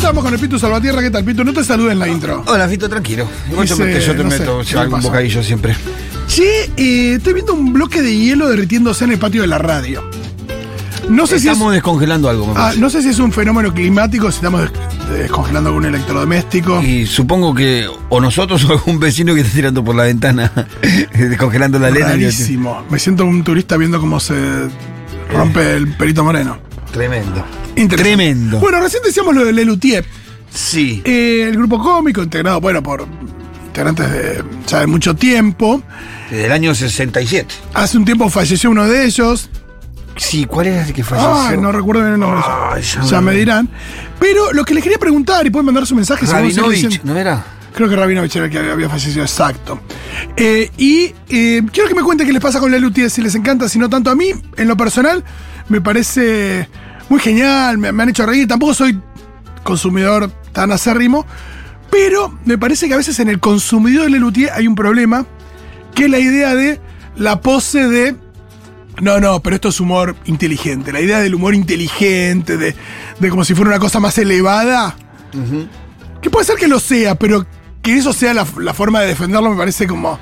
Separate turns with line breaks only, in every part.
Vamos con el Pitu Salvatierra. ¿Qué tal, Pitu? No te saludes en la intro.
Hola, Fito, tranquilo. Igual yo,
Dice,
me- yo te
no sé,
meto
¿qué le
algún
pasa?
bocadillo siempre.
Che, eh, estoy viendo un bloque de hielo derritiéndose en el patio de la radio. No sé si es.
Estamos descongelando algo, me
Ah,
parece.
no sé si es un fenómeno climático, si estamos des- descongelando algún electrodoméstico.
Y supongo que o nosotros o algún vecino que está tirando por la ventana, descongelando la lena.
Rarísimo. Me siento un turista viendo cómo se rompe el perito moreno.
Tremendo.
Interesante.
Tremendo.
Bueno, eh, recién decíamos lo de Lelutier.
sí.
el grupo cómico integrado, bueno, por integrantes de ya de mucho tiempo.
Desde el año 67.
Hace un tiempo falleció uno de ellos.
Sí, ¿cuál era el que
Ah, no recuerdo bien el nombre.
Ay,
ya
ya
me
me-
dirán. Pero lo que les quería preguntar, y pueden mandar su mensaje según se lo dicen-
Rabinovich, ¿no era?
Creo que Rabinovich era el que había fallecido, exacto. Eh, y eh, quiero que me cuenten qué les pasa con la Lutier, si les encanta, si no tanto a mí, en lo personal, me parece muy genial, me, me han hecho reír, tampoco soy consumidor tan acérrimo, pero me parece que a veces en el consumidor de la Lutier hay un problema, que es la idea de la pose de... No, no, pero esto es humor inteligente, la idea del humor inteligente, de, de como si fuera una cosa más elevada. Que puede ser que lo sea, pero que eso sea la, la forma de defenderlo me parece como.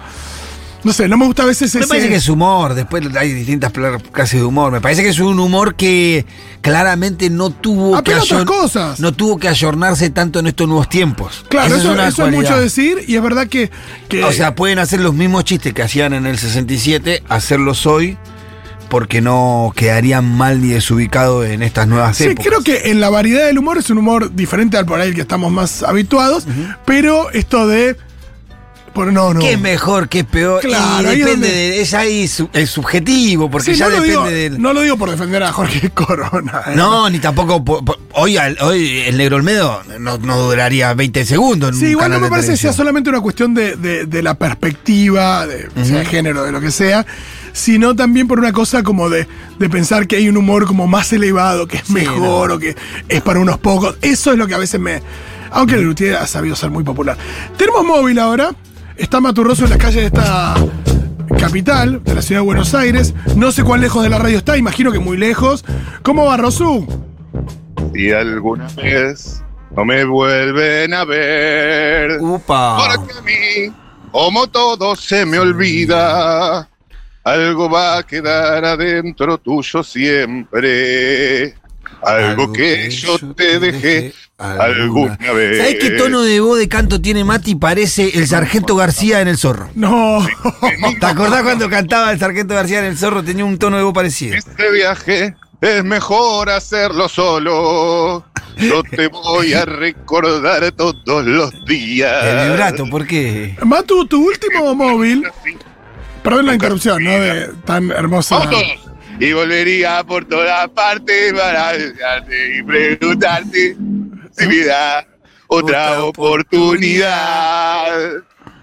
No sé, no me gusta a veces
Me
ese.
parece que es humor, después hay distintas pla- clases de humor. Me parece que es un humor que claramente no tuvo que,
Apela a otras
ayor-
cosas.
no tuvo que ayornarse tanto en estos nuevos tiempos.
Claro,
Esa
eso, eso es,
cualidad.
mucho decir y es verdad que. que-
O sea, pueden hacer los mismos chistes que hacían en el 67, hacerlos hoy, porque no quedarían mal ni desubicados en estas nuevas
sí,
épocas.
creo que en la variedad del humor es un humor diferente al por ahí que estamos más habituados, pero esto de. Por, no, no.
¿Qué es mejor, qué es peor?
Claro,
y
ahí es
depende
donde-
de. Es ahí su- es subjetivo,
Sí,
porque
no,
ya
lo
depende
digo,
del.
no lo digo por defender a Jorge Corona. ¿eh?
No, ni tampoco. po- po- hoy, al- hoy el negro Olmedo no, no duraría 20 segundos. En
Sí,
un
igual no
canal
me
de
parece que sea
televisión.
solamente una cuestión de, de- de la perspectiva, de, sea de género, de lo que sea, sino también por una cosa como de, de pensar que hay un humor como más elevado, que es mejor o que es para unos pocos. Eso es lo que a veces me. Aunque Lutier ha sabido ser muy popular. Tenemos móvil ahora. Está Maturroso en las calles de esta capital, de la ciudad de Buenos Aires. No sé cuán lejos de la radio está, imagino que muy lejos. ¿Cómo va, Rosu?
Si alguna vez no me vuelven a ver,
Upa.
porque a mí, como todo se me olvida, algo va a quedar adentro tuyo siempre. Algo, que, yo te dejé alguna, vez.
¿Sabés qué tono de voz de canto tiene Mati? Parece el sargento García en El Zorro.
No.
¿Te acordás cuando cantaba el sargento García en El Zorro? Tenía un tono de voz parecido.
Este viaje es mejor hacerlo solo. Yo te voy a recordar todos los días.
El vibrato, ¿por qué?
Matu, tu último móvil. Perdón la interrupción, ¿no? De tan hermosa.
Vamos todos. Y volvería por todas partes para besarte y preguntarte si me da otra
Otra
oportunidad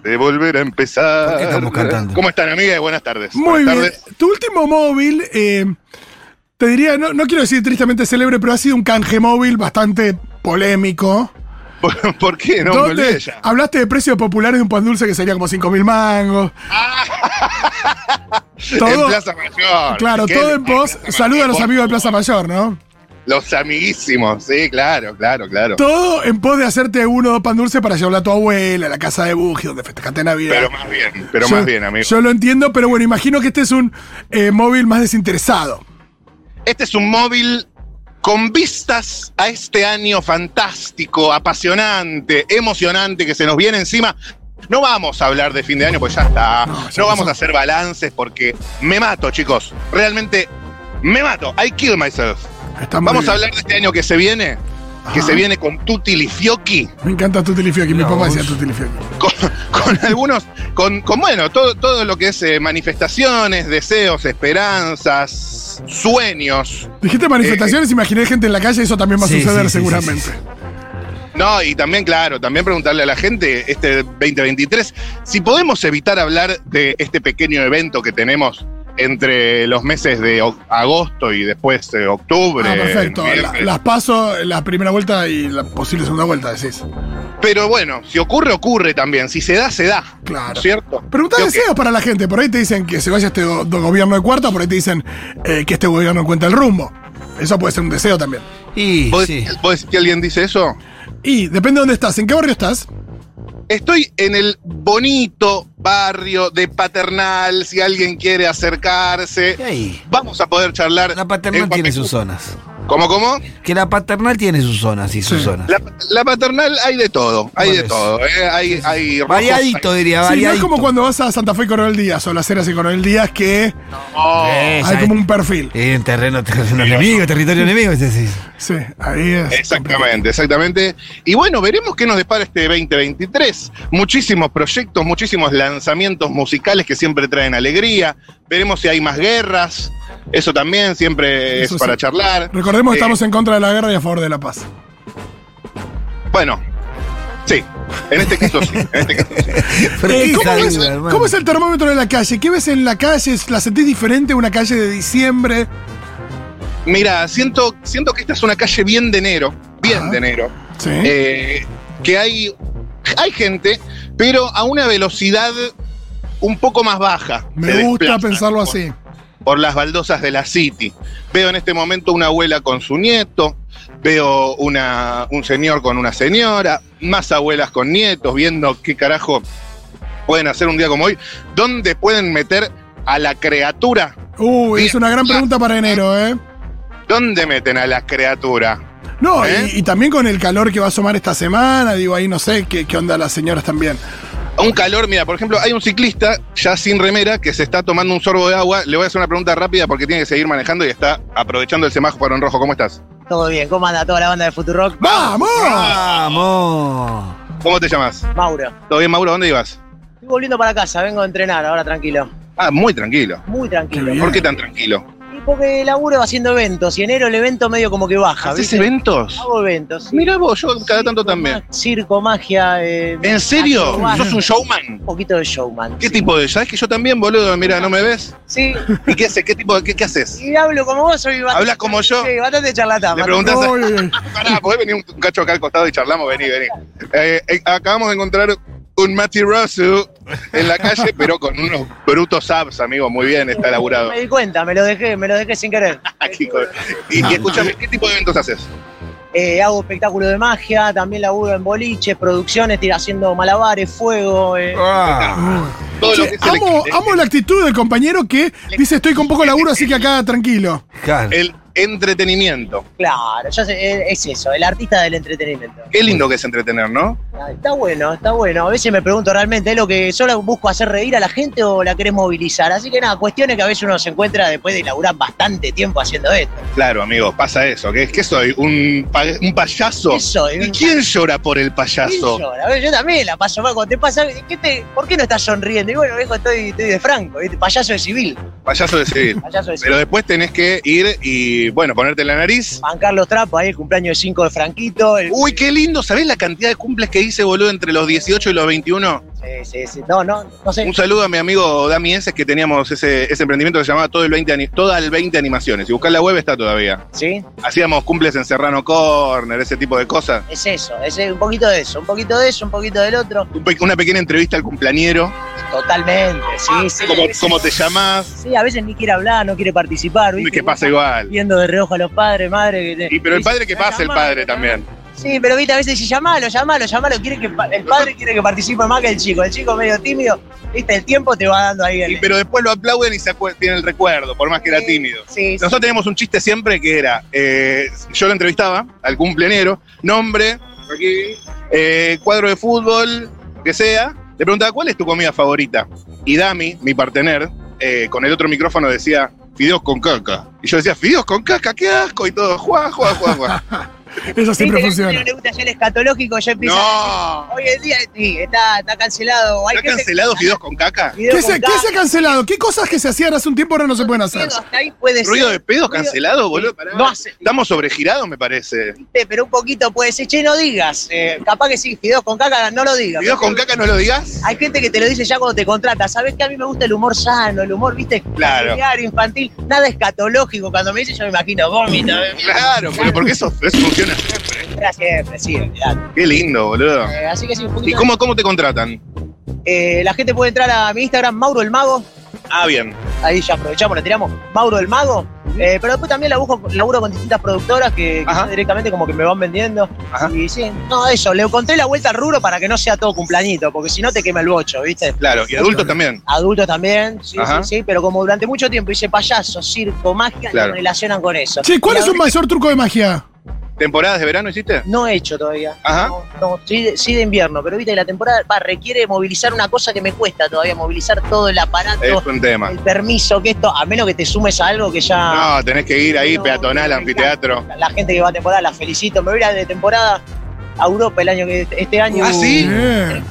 de volver a empezar.
¿Por qué estamos cantando?
¿Cómo están, amigas? Buenas tardes.
Muy
Buenas
bien.
tardes.
Tu último móvil, eh, te diría, no, no quiero decir tristemente célebre, pero ha sido un canje móvil bastante polémico.
¿Por, por qué no me olvidé
donde
ya?
hablaste de precios populares de un pan dulce que sería como 5 mil mangos.
en
todo,
Plaza Mayor.
claro,
¿Qué
todo
le-
en pos.
Plaza
Saluda a los
Mayor?
amigos de Plaza Mayor, ¿no?
Los amiguísimos, sí, claro, claro, claro.
Todo en pos de hacerte uno o dos pan dulce para llevarlo a tu abuela, a la casa de Buji, donde festejaste Navidad.
Pero más bien, pero
Yo-
más bien, amigo.
Yo lo entiendo, pero bueno, imagino que este es un eh, móvil más desinteresado.
Este es un móvil con vistas a este año fantástico, apasionante, emocionante que se nos viene encima. No vamos a hablar de fin de año, pues ya está.
No, ya
No,
pasó.
vamos a hacer balances porque me mato, chicos. Realmente me mato. I kill myself.
Está muy
Vamos
bien.
a hablar de este año que se viene, que
Ajá.
se viene con Tutti y Fiocchi
Me encanta tu Fiochi, mi
No,
papá
vos-
decía tu Fiochi.
con, con algunos, con, con, bueno, todo, todo lo que es eh, manifestaciones, deseos, esperanzas, sueños.
Dijiste manifestaciones,
Eh,
imaginé gente en la calle, eso también va a
Sí,
suceder
sí, sí,
seguramente.
sí, sí,
No, y también, claro, también preguntarle a la gente este 2023 si podemos evitar hablar de este pequeño evento que tenemos entre los meses de o- agosto y después de octubre.
Ah, perfecto. La-
noviembre.
las paso, la primera vuelta y la posible segunda vuelta, decís.
Pero bueno, si ocurre, ocurre también. Si se da, se da.
Claro.
¿Cierto?
Preguntá
Creo que-
deseos para la gente. Por ahí te dicen que se vaya este go- do- gobierno de cuarta, por ahí te dicen eh, que este gobierno encuentra el rumbo. Eso puede ser un deseo también.
Y
¿Vos,
sí.
decís- vos decís que alguien dice eso?
Y depende de dónde estás. ¿En qué barrio estás?
Estoy en el bonito barrio de Paternal, si alguien quiere acercarse.
¿Qué hay?
Vamos a poder charlar.
La paternal
en cualquier-
tiene sus zonas.
¿Cómo, cómo?
Que la paternal tiene sus zonas y sus
Sí.
zonas.
La, la Paternal hay de todo, hay
Por
de
eso.
todo. eh, Hay, hay rojos,
Variadito, diría,
Sí, no es
variadito.
como cuando vas a Santa Fe y Coronel Díaz o las Heras y Coronel Díaz que
Oh,
Esa
hay
es.
como un Eh, perfil.
Eh, en terreno, terreno enemigo, territorio enemigo, es decir.
Sí, ahí es.
Exactamente, exactamente. Y bueno, veremos qué nos depara este 2023. Muchísimos proyectos, muchísimos lanzamientos musicales que siempre traen alegría. Veremos si hay más guerras. Eso también siempre
Eso
es
sí.
para charlar.
Recordemos que
Eh,
estamos en contra de la guerra y a favor de la paz.
Bueno, sí. En este caso sí. En este caso sí.
Pero
Eh,
qué
¿cómo,
hija
es,
de
cómo
una,
es
hermano.
el termómetro de la calle? ¿Qué ves en la calle? ¿La sentís diferente a una calle de diciembre?
Mira, siento, siento que esta es una calle bien de enero. Bien
Ajá.
de enero.
Sí.
eh, que hay, hay gente, pero a una velocidad un poco más baja. Se
Me gusta
desplazan
pensarlo
por-
así.
Por las baldosas de la City. Veo en este momento una abuela con su nieto, veo una, un señor con una señora, más abuelas con nietos, viendo qué carajo pueden hacer un día como hoy, dónde pueden meter a la criatura,
Uy, es
Bien.
una gran pregunta para enero, ¿eh?
dónde meten a la criatura.
No,
¿Eh?
y, y también con el calor que va a asomar esta semana, digo, ahí no sé qué, qué onda las señoras también.
A un calor, mira, por ejemplo, hay un ciclista ya sin remera que se está tomando un sorbo de agua. Le voy a hacer una pregunta rápida porque tiene que seguir manejando y está aprovechando el semáforo en rojo. ¿Cómo estás?
Todo bien, ¿cómo anda toda la banda de Futurock?
¡Vamos!
Ah,
Vamos.
¿Cómo te llamas?
Mauro.
¿Todo bien, Mauro? ¿Dónde ibas?
Estoy volviendo para casa, vengo a entrenar ahora tranquilo.
Ah, muy tranquilo.
Muy
Qué
tranquilo.
bien.
¿Por qué tan tranquilo?
Y porque laburo haciendo eventos y enero el evento medio como que baja.
¿Haces
¿viste?
eventos?
Hago eventos. sí.
Mira vos, yo cada tanto
Circo,
también.
ma- Circo, magia. eh,
¿En serio?
acrobacia,
¿Sos un showman?
Un poquito de showman.
¿Qué
sí.
tipo de? ¿Sabes que yo también, boludo? Mira, ¿no me ves?
Sí,
¿Y qué haces? ¿Qué tipo de? ¿Qué, qué haces?
y hablo como vos, soy bastante.
¿Hablas como yo?
Sí, bastante charlatán.
Le
bastante-
preguntás a-
Uy, uy.
Pará, podés venir un cacho acá al costado y charlamos, vení, vení. Eh, eh, acabamos de encontrar un Mati Rosu en la calle, pero con unos brutos abs, amigo, muy bien, está laburado.
Me di cuenta, me lo dejé, me lo dejé sin querer.
Aquí con- y, y escúchame, ¿qué tipo de eventos haces?
Eh, hago espectáculo de magia, también laburo en boliches, producciones, tira- haciendo malabares, fuego. eh.
Ah.
Todo lo
Che,
que es
amo,
el,
amo la actitud del compañero que dice estoy con poco laburo, así que acá tranquilo.
Claro.
el entretenimiento.
Claro, ya sé, eh, es eso, el artista del entretenimiento.
Qué lindo que es entretener, ¿no?
Ah, Está bueno, está bueno. A veces me pregunto realmente, ¿es lo que solo busco hacer reír a la gente o la querés movilizar? Así que nada, cuestiones que a veces uno se encuentra después de laburar bastante tiempo haciendo esto.
Claro, amigo, pasa eso. ¿Qué, qué soy? ¿Un, pa- un payaso?
¿Qué soy?
¿Y quién llora por el payaso?
llora? A ver, Yo también la paso mal. Cuando te pasa, ¿qué te- ¿por qué no estás sonriendo? Y bueno, viejo, estoy, estoy de franco, ¿viste? payaso de civil.
Payaso de civil.
Payaso de
Pero
civil.
después tenés que ir y, bueno, ponerte la nariz.
Bancar los trapos, ahí el cumpleaños de 5 de Franquito. el-
Uy, qué lindo. ¿Sabés la cantidad de cumples que hice, boludo, entre los 18 y los 21?
Sí, sí, sí. No, no, no sé.
Un saludo a mi amigo Dami Eses, que teníamos ese, ese emprendimiento que se llamaba Todo el 20 Ani- Toda el 20 Animaciones. Si buscas la web, está todavía.
Sí,
Hacíamos cumples en Serrano Corner, ese tipo de cosas.
es eso, es un poquito de eso, un poquito de eso, un poquito del otro.
Un pe- Una pequeña entrevista al cumpleañero.
Totalmente, sí, sí.
¿Cómo,
a veces-
cómo te llamás?
Sí, a veces ni quiere hablar, no quiere participar. ¿viste?
¿Qué pasa igual?
Viendo de reojo a los padres, madre. que te-
Y pero el
dice,
padre que
"Llamalo,
pasa, el padre también.
Sí, pero viste, a veces dice, llamalo, llamalo, llamalo. Quiere que, pa- el padre quiere que participe más que el chico. El chico medio tímido, viste, el tiempo te va dando ahí.
Y-
El,
pero después lo aplauden y se acuer- tienen el recuerdo, por más que era
Sí,
tímido.
Sí, sí.
Nosotros teníamos un chiste siempre que era, eh, yo lo entrevistaba al cumpleañero, nombre, aquí, eh, cuadro de fútbol, lo que sea, le preguntaba, ¿cuál es tu comida favorita? Y Dami, mi partener, eh, con el otro micrófono decía, fideos con caca. Y yo decía, fideos con caca, qué asco, y todo, juá, juá, juá, juá.
Eso siempre
Viste que a
funciona.
uno le gusta ya el escatológico, ya empieza.
no,
Hoy en día, sí, está, está cancelado. o hay
¿está
gente-
cancelado fideos con caca?
video
¿Qué
con
se, qué
gas,
se ha cancelado? ¿Qué cosas que se hacían hace un tiempo ahora no se pueden hacer?
pedo, hasta ahí puede
¿Ruido de
ser,
pedos
Ruido-
cancelado, boludo? Pará.
No hace-
Estamos sobregirados, me parece.
viste, pero un poquito puede ser, che, no digas. eh, capaz que sí, fideos con caca, no lo digas.
¿Fideos con caca no lo digas?
Hay gente que te lo dice ya cuando te contrata. Sabes que a mí me gusta el humor sano, el humor, viste,
Claro.
familiar, infantil, nada escatológico. Cuando me dice, yo me imagino vómito. eh,
Claro, pero porque eso, eso funciona siempre.
Era siempre, sí, olvidate.
Qué lindo, boludo.
Eh, así que sí, un
¿Y
poquito.
cómo, cómo te contratan?
Eh, la gente puede entrar a mi Instagram, Mauro el Mago.
Ah, bien.
Ahí ya aprovechamos, lo tiramos. Mauro el Mago. Eh, pero después también laburo, laburo con distintas productoras que, que
Ajá.
ya directamente como que me van vendiendo.
Ajá.
Y sí, no, eso, le conté la vuelta al rubro para que no sea todo cumpleañito, porque si no te quema el bocho, ¿viste?
Claro, y adultos también.
Adultos también, sí,
Ajá.
sí, sí, pero como durante mucho tiempo hice payaso, circo, magia,
Claro.
me relacionan con eso.
Che, ¿cuál
Y
es
ahora-
un mayor truco de magia?
¿Temporadas de verano hiciste?
No he hecho todavía.
Ajá.
No, no, sí, de- sí de invierno, pero viste que la temporada va, requiere movilizar una cosa que me cuesta todavía, movilizar todo el aparato,
Es un tema.
el permiso, que esto, a menos que te sumes a algo que ya
No, tenés que ir ahí,
No,
peatonal,
no,
anfiteatro.
la gente que va a temporada la felicito. Me voy a ir de temporada a Europa el año que este año.
Ah, sí.
Bien.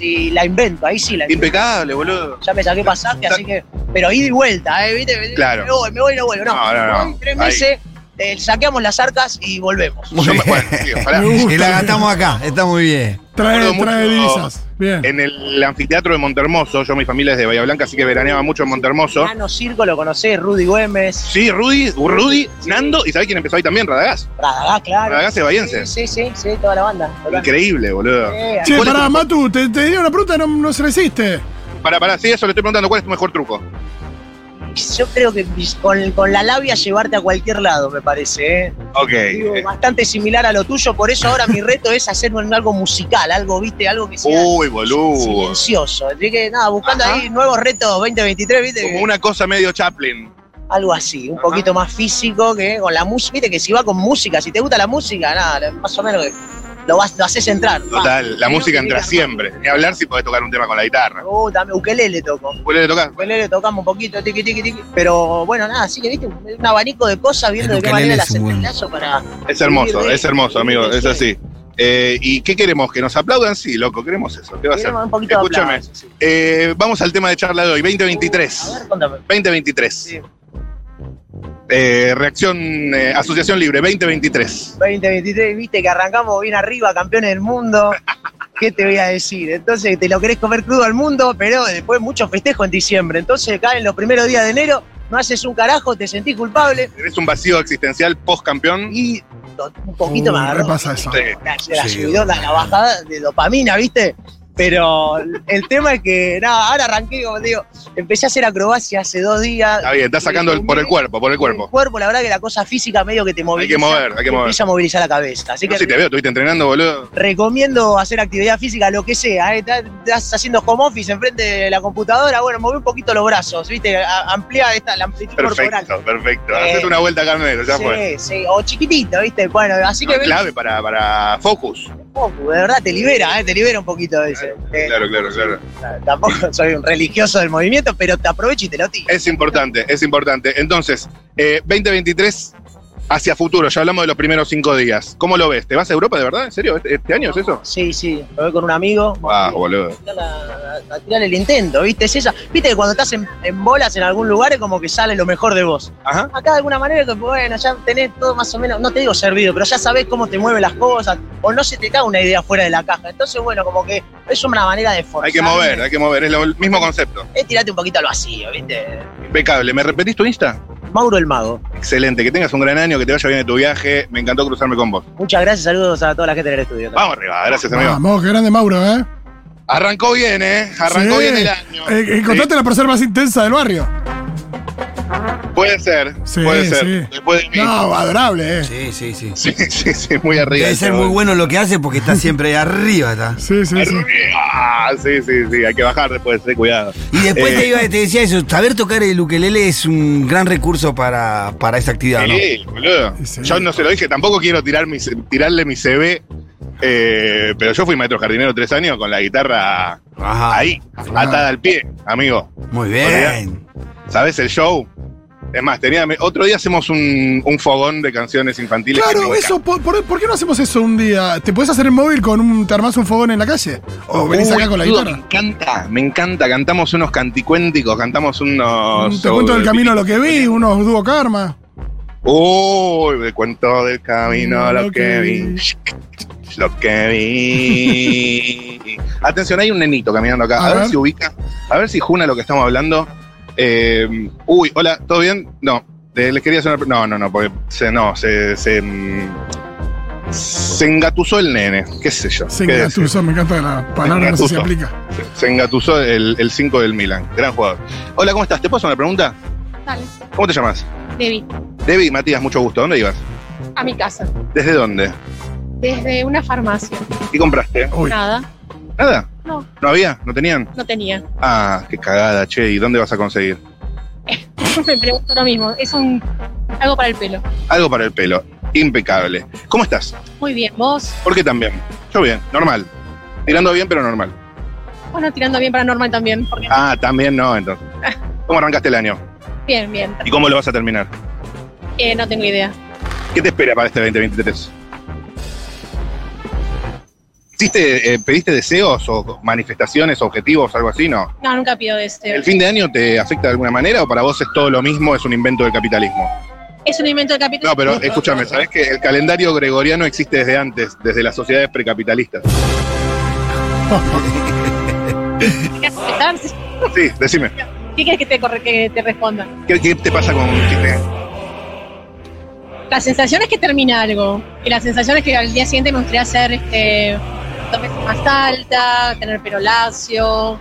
Y la invento, ahí sí la invento.
Impecable, boludo.
Ya me saqué pasaje, así que. Pero ida y vuelta, ¿eh? ¿Viste?
Claro.
Me voy, me voy y no vuelvo. No,
No, no, no.
Voy tres
Ahí.
meses, eh, saqueamos las arcas y volvemos.
Yo me- bueno, sí, ojalá.
Me gusta.
Y Eh, la gastamos acá, está muy bien.
Trae,
Recuerdo
trae
mucho- Eh,
divisas. Bien.
En el anfiteatro de Montermoso, yo mi familia es de Bahía Blanca, así que veraneaba mucho en Montermoso.
Nano Circo lo conocés, Rudy Güemes,
Sí, Rudy, Rudy, Nando, y ¿sabés quién empezó ahí también? Radagás.
Radagás, claro.
Radagás es bahiense.
Sí, sí, sí, sí, toda la banda.
Increíble, boludo.
Eh,
Che,
¿Cuál es
pará,
tu-
Matu, te, te tenía una pregunta, no, no se la hiciste.
Para, para, sí, eso le estoy preguntando, ¿cuál es tu mejor truco?
Yo creo que con, con la labia llevarte a cualquier lado, me parece. ¿eh?
Ok.
Digo,
eh,
bastante similar a lo tuyo, por eso ahora mi reto es hacer un- algo musical, algo, viste, algo que sea
Uy, Uh, boludo.
silencioso. Así que nada, buscando
Ajá.
ahí nuevos retos 2023, viste.
Como una cosa medio Chaplin.
Algo así, un
Ajá.
poquito más físico que con la música, viste, que si va con música, si te gusta la música, nada, más o menos que lo, vas, lo haces entrar.
Total, la
Ah,
música
no,
entra
no, no.
siempre. Ni hablar si podés tocar un tema con la
Ah, Me
guitarra.
gusta, me- ukelele toco.
¿Cuál le tocás?
Ukelele tocamos un poquito, tiqui, tiqui, tiqui. Pero bueno, nada, así que viste, un un abanico de cosas viendo
El
de qué
ukelele
manera
es
las
un buen-
entrelazo para.
Es hermoso,
Vivir de-
es hermoso,
vivir
amigo,
del
es así. Eh, ¿Y qué queremos? ¿Que nos aplaudan? Sí, loco, queremos eso. ¿Qué va a ser?
Queremos un poquito de
Escúchame,
aplausos, sí.
eh, vamos al tema de charla de hoy,
A
2023.
ver, contame.
2023.
Sí.
Eh, reacción, eh, Asociación Libre, 2023.
2023, viste que arrancamos bien arriba, campeones del mundo. ¿Qué te voy a decir? Entonces te lo querés comer crudo al mundo, pero después mucho festejo en diciembre. Entonces caen los primeros días de enero, no haces un carajo, te sentís culpable
¿Tenés un vacío existencial post campeón?
y to- un poquito
Uh,
más agarró.
repasa eso.
Sí.
La, la
Sí,
subidona, la bajada de dopamina, ¿viste? Pero el tema es que, nada, ahora arranqué, como te digo, empecé a hacer acrobacia hace dos días.
Está bien, estás sacando el- por el cuerpo, por el
El
cuerpo.
cuerpo, la verdad que la cosa física medio que te
Hay
moviliza.
que mover, hay que
te
mover.
Empieza a movilizar la cabeza. Así
No
que
sé si te veo, estuviste entrenando, boludo.
recomiendo hacer actividad física, lo que sea. ¿eh? Estás- Estás haciendo home office enfrente de la computadora, bueno, moví un poquito los brazos, ¿viste? A- Amplía esta, la amplitud corporal.
Perfecto, perfecto.
Eh.
Hacete una vuelta, Carmelo, ya fue.
Sí, sí, o chiquitito, ¿viste? Bueno, así
No,
que
es
ven
Ah, clave para, para Focus.
poco, de verdad te libera, ¿eh? te libera un poquito de ese. Eh,
Claro, claro, claro.
Tampoco soy un religioso del movimiento, pero te aprovecho y te lo tiro.
Es importante, es importante. Entonces, eh, 2023 hacia futuro, ya hablamos de los primeros cinco días. ¿Cómo lo ves? ¿Te vas a Europa de verdad? ¿En serio? ¿Este, este año es eso?
Sí, sí, me voy con un amigo.
Ah,
vamos
boludo.
a tirar la- a tirar el intento, ¿viste? Es esa. Viste que cuando estás en, en bolas en algún lugar es como que sale lo mejor de vos.
Ajá.
acá de alguna manera que, bueno, ya tenés todo más o menos, no te digo servido, pero ya sabés cómo te mueven las cosas, o no se te cae una idea fuera de la caja. Entonces, bueno, como que es una manera de forzar.
Hay que mover, ¿eh? hay que mover. Es lo- el mismo concepto.
Es tirarte un poquito al vacío, ¿viste?
Impecable. ¿Me repetís tu Insta?
Mauro el Mago,
Excelente. Que tengas un gran año, que te vaya bien en tu viaje. Me encantó cruzarme con vos.
muchas gracias, saludos a toda la gente del estudio.
Vamos arriba. Gracias, amigo.
Vamos, qué grande Mauro, ¿eh?
Arrancó bien, ¿eh? Arrancó
Sí.
bien el año.
Eh, encontraste la persona más intensa del barrio.
Sí, Puede ser,
Sí,
puede ser.
sí.
Después de mí.
No, adorable, ¿eh?
Sí, sí, sí.
Sí, sí, sí, muy arriba.
Debe ser muy bueno lo que hace porque está siempre ahí arriba. Está.
Sí, sí, sí.
Ah, sí, sí, sí. Hay que bajar después, eh, cuidado.
Y después te,
Eh.
iba, te decía eso, saber tocar el ukelele es un gran recurso para, para esa actividad, ¿no?
Sí, boludo.
Sí.
Yo no se lo dije, tampoco quiero tirar mi, tirarle mi CV, eh, pero yo fui maestro jardinero tres años con la guitarra
Ajá.
ahí, atada al pie, amigo.
Muy bien.
¿Sabes el show? Es más, tenía, otro día hacemos un, un fogón de canciones infantiles. que
Claro,
me
eso, ¿por, por, por qué no hacemos eso un día? ¿Te podés hacer el móvil con un. te armás un fogón en la calle? ¿O venís acá
Uy,
con la
Oh, boludo, Me
guitarra?
encanta, me encanta. Cantamos unos canticuénticos, cantamos unos.
Te cuento del camino lo que vi, unos dúo karma.
Uy, me cuento del camino lo, que, vi. Lo que vi. Atención, hay un nenito caminando acá.
A
A, ver.
ver.
si ubica. A ver si juna lo que estamos hablando. Eh, uy, hola, ¿todo bien? No, eh, les quería hacer una. pre- No, no, no, porque se, no, se. Se, mm, se engatusó el nene, qué sé yo.
Se
qué decir.
engatusó, me encanta la palabra, no sé si
Engatuso.
aplica.
Se engatusó el 5 del Milan. Gran jugador. Hola, ¿cómo estás? ¿Te puedo hacer una pregunta?
Dale.
¿Cómo te llamas?
Debbie,
Debbie, Matías, mucho gusto. ¿Dónde ibas?
a mi casa,
¿Desde dónde?
desde una farmacia.
¿Qué compraste?
Uy.
Nada,
¿Nada?
No.
¿No había? ¿No tenían?
no tenía.
Ah, qué cagada, che. ¿Y dónde vas a conseguir?
Me pregunto lo mismo, es un algo para el pelo.
Algo para el pelo. Impecable. ¿Cómo estás?
Muy bien, vos,
¿Por qué tan bien? Yo bien, normal. Tirando bien, pero normal.
bueno, tirando bien para normal también, porque
Ah, también no, entonces. ¿Cómo arrancaste el año?
bien, bien,
¿Y cómo lo vas a terminar?
Eh, no tengo idea.
¿Qué te espera para este 2023? ¿Hiciste, eh, ¿Pediste deseos o manifestaciones, objetivos, algo así? No.
No, nunca pido este.
¿El fin de año te afecta de alguna manera o para vos es todo lo mismo, es un invento del capitalismo?
Es un invento del capitán.
No, pero escúchame, ¿sabés que el calendario gregoriano existe desde antes, desde las sociedades precapitalistas?
¿Qué querés contestar?
Sí, decime,
¿Qué querés que te, corre- que te responda?
¿qué, qué te pasa con un chiste?
La sensación es que termina algo. Y la sensación es que al día siguiente me gustaría hacer este, dos veces más alta, tener pelo lacio.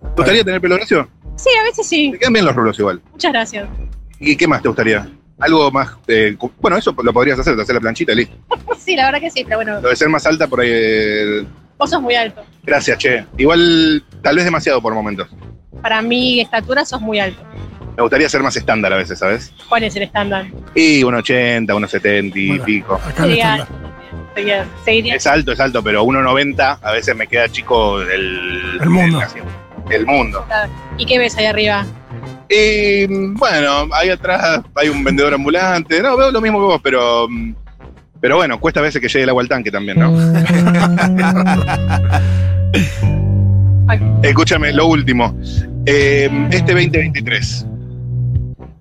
¿Te gustaría tener pelo lacio?
Sí, a veces sí.
Te quedan bien los rulos igual.
Muchas gracias.
¿Y qué más te gustaría? Algo más... eh, cu- bueno, eso lo podrías hacer, te hacer la planchita, y listo.
Sí, la verdad que sí, pero bueno,
Lo de ser más alta por ahí... eh,
vos sos muy alto.
gracias, che. Igual, tal vez demasiado por momentos.
Para mi estatura sos muy alto.
Me gustaría ser más estándar a veces, ¿sabes?
¿Cuál es el estándar?
Y 1,80, 1,70 y
Bueno.
pico.
Acá no
Sería-
está.
sería- seguiría-
Es alto, es alto, pero 1,90 a veces me queda chico el...
El mundo.
El, el mundo.
¿Y qué ves ahí arriba?
Y bueno, ahí atrás hay un vendedor ambulante. No, veo lo mismo que vos, pero. mm, Pero bueno, cuesta a veces que llegue el agua al tanque también, ¿no?
Ay.
Escúchame, lo último. Eh, este 2023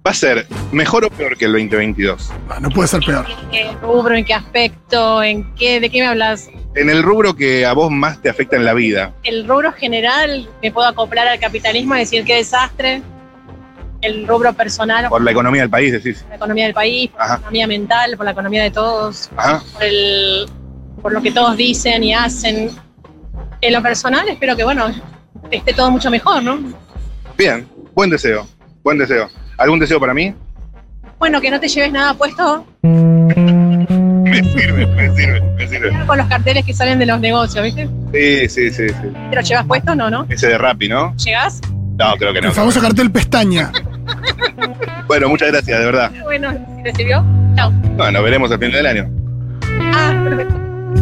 va a ser mejor o peor que el 2022.
Ah, No puede ser peor.
¿En qué rubro? ¿En qué aspecto? ¿En qué? ¿De qué me hablas?
En el rubro que a vos más te afecta en la vida.
El rubro general me puedo acoplar al capitalismo y decir qué desastre. El rubro personal,
Por la economía del país, decís.
por la economía del país, por
Ajá.
la economía mental, por la economía de todos,
Ajá.
por, el, por lo que todos dicen y hacen. En lo personal espero que, bueno, esté todo mucho mejor, ¿no?
Bien, buen deseo. Buen deseo. ¿Algún deseo para mí?
Bueno, que no te lleves nada puesto
Me sirve, me sirve, me sirve.
con los carteles que salen de los negocios, ¿viste?
Sí, sí, sí. sí.
¿Te los llevas puesto? No, ¿no?
Ese de Rappi, ¿no?
¿Llegás?
No, creo que no.
El famoso cartel pestaña.
Bueno, muchas gracias, de verdad.
Bueno, si te sirvió.
Bueno, nos veremos al final del año.
Ah, perfecto.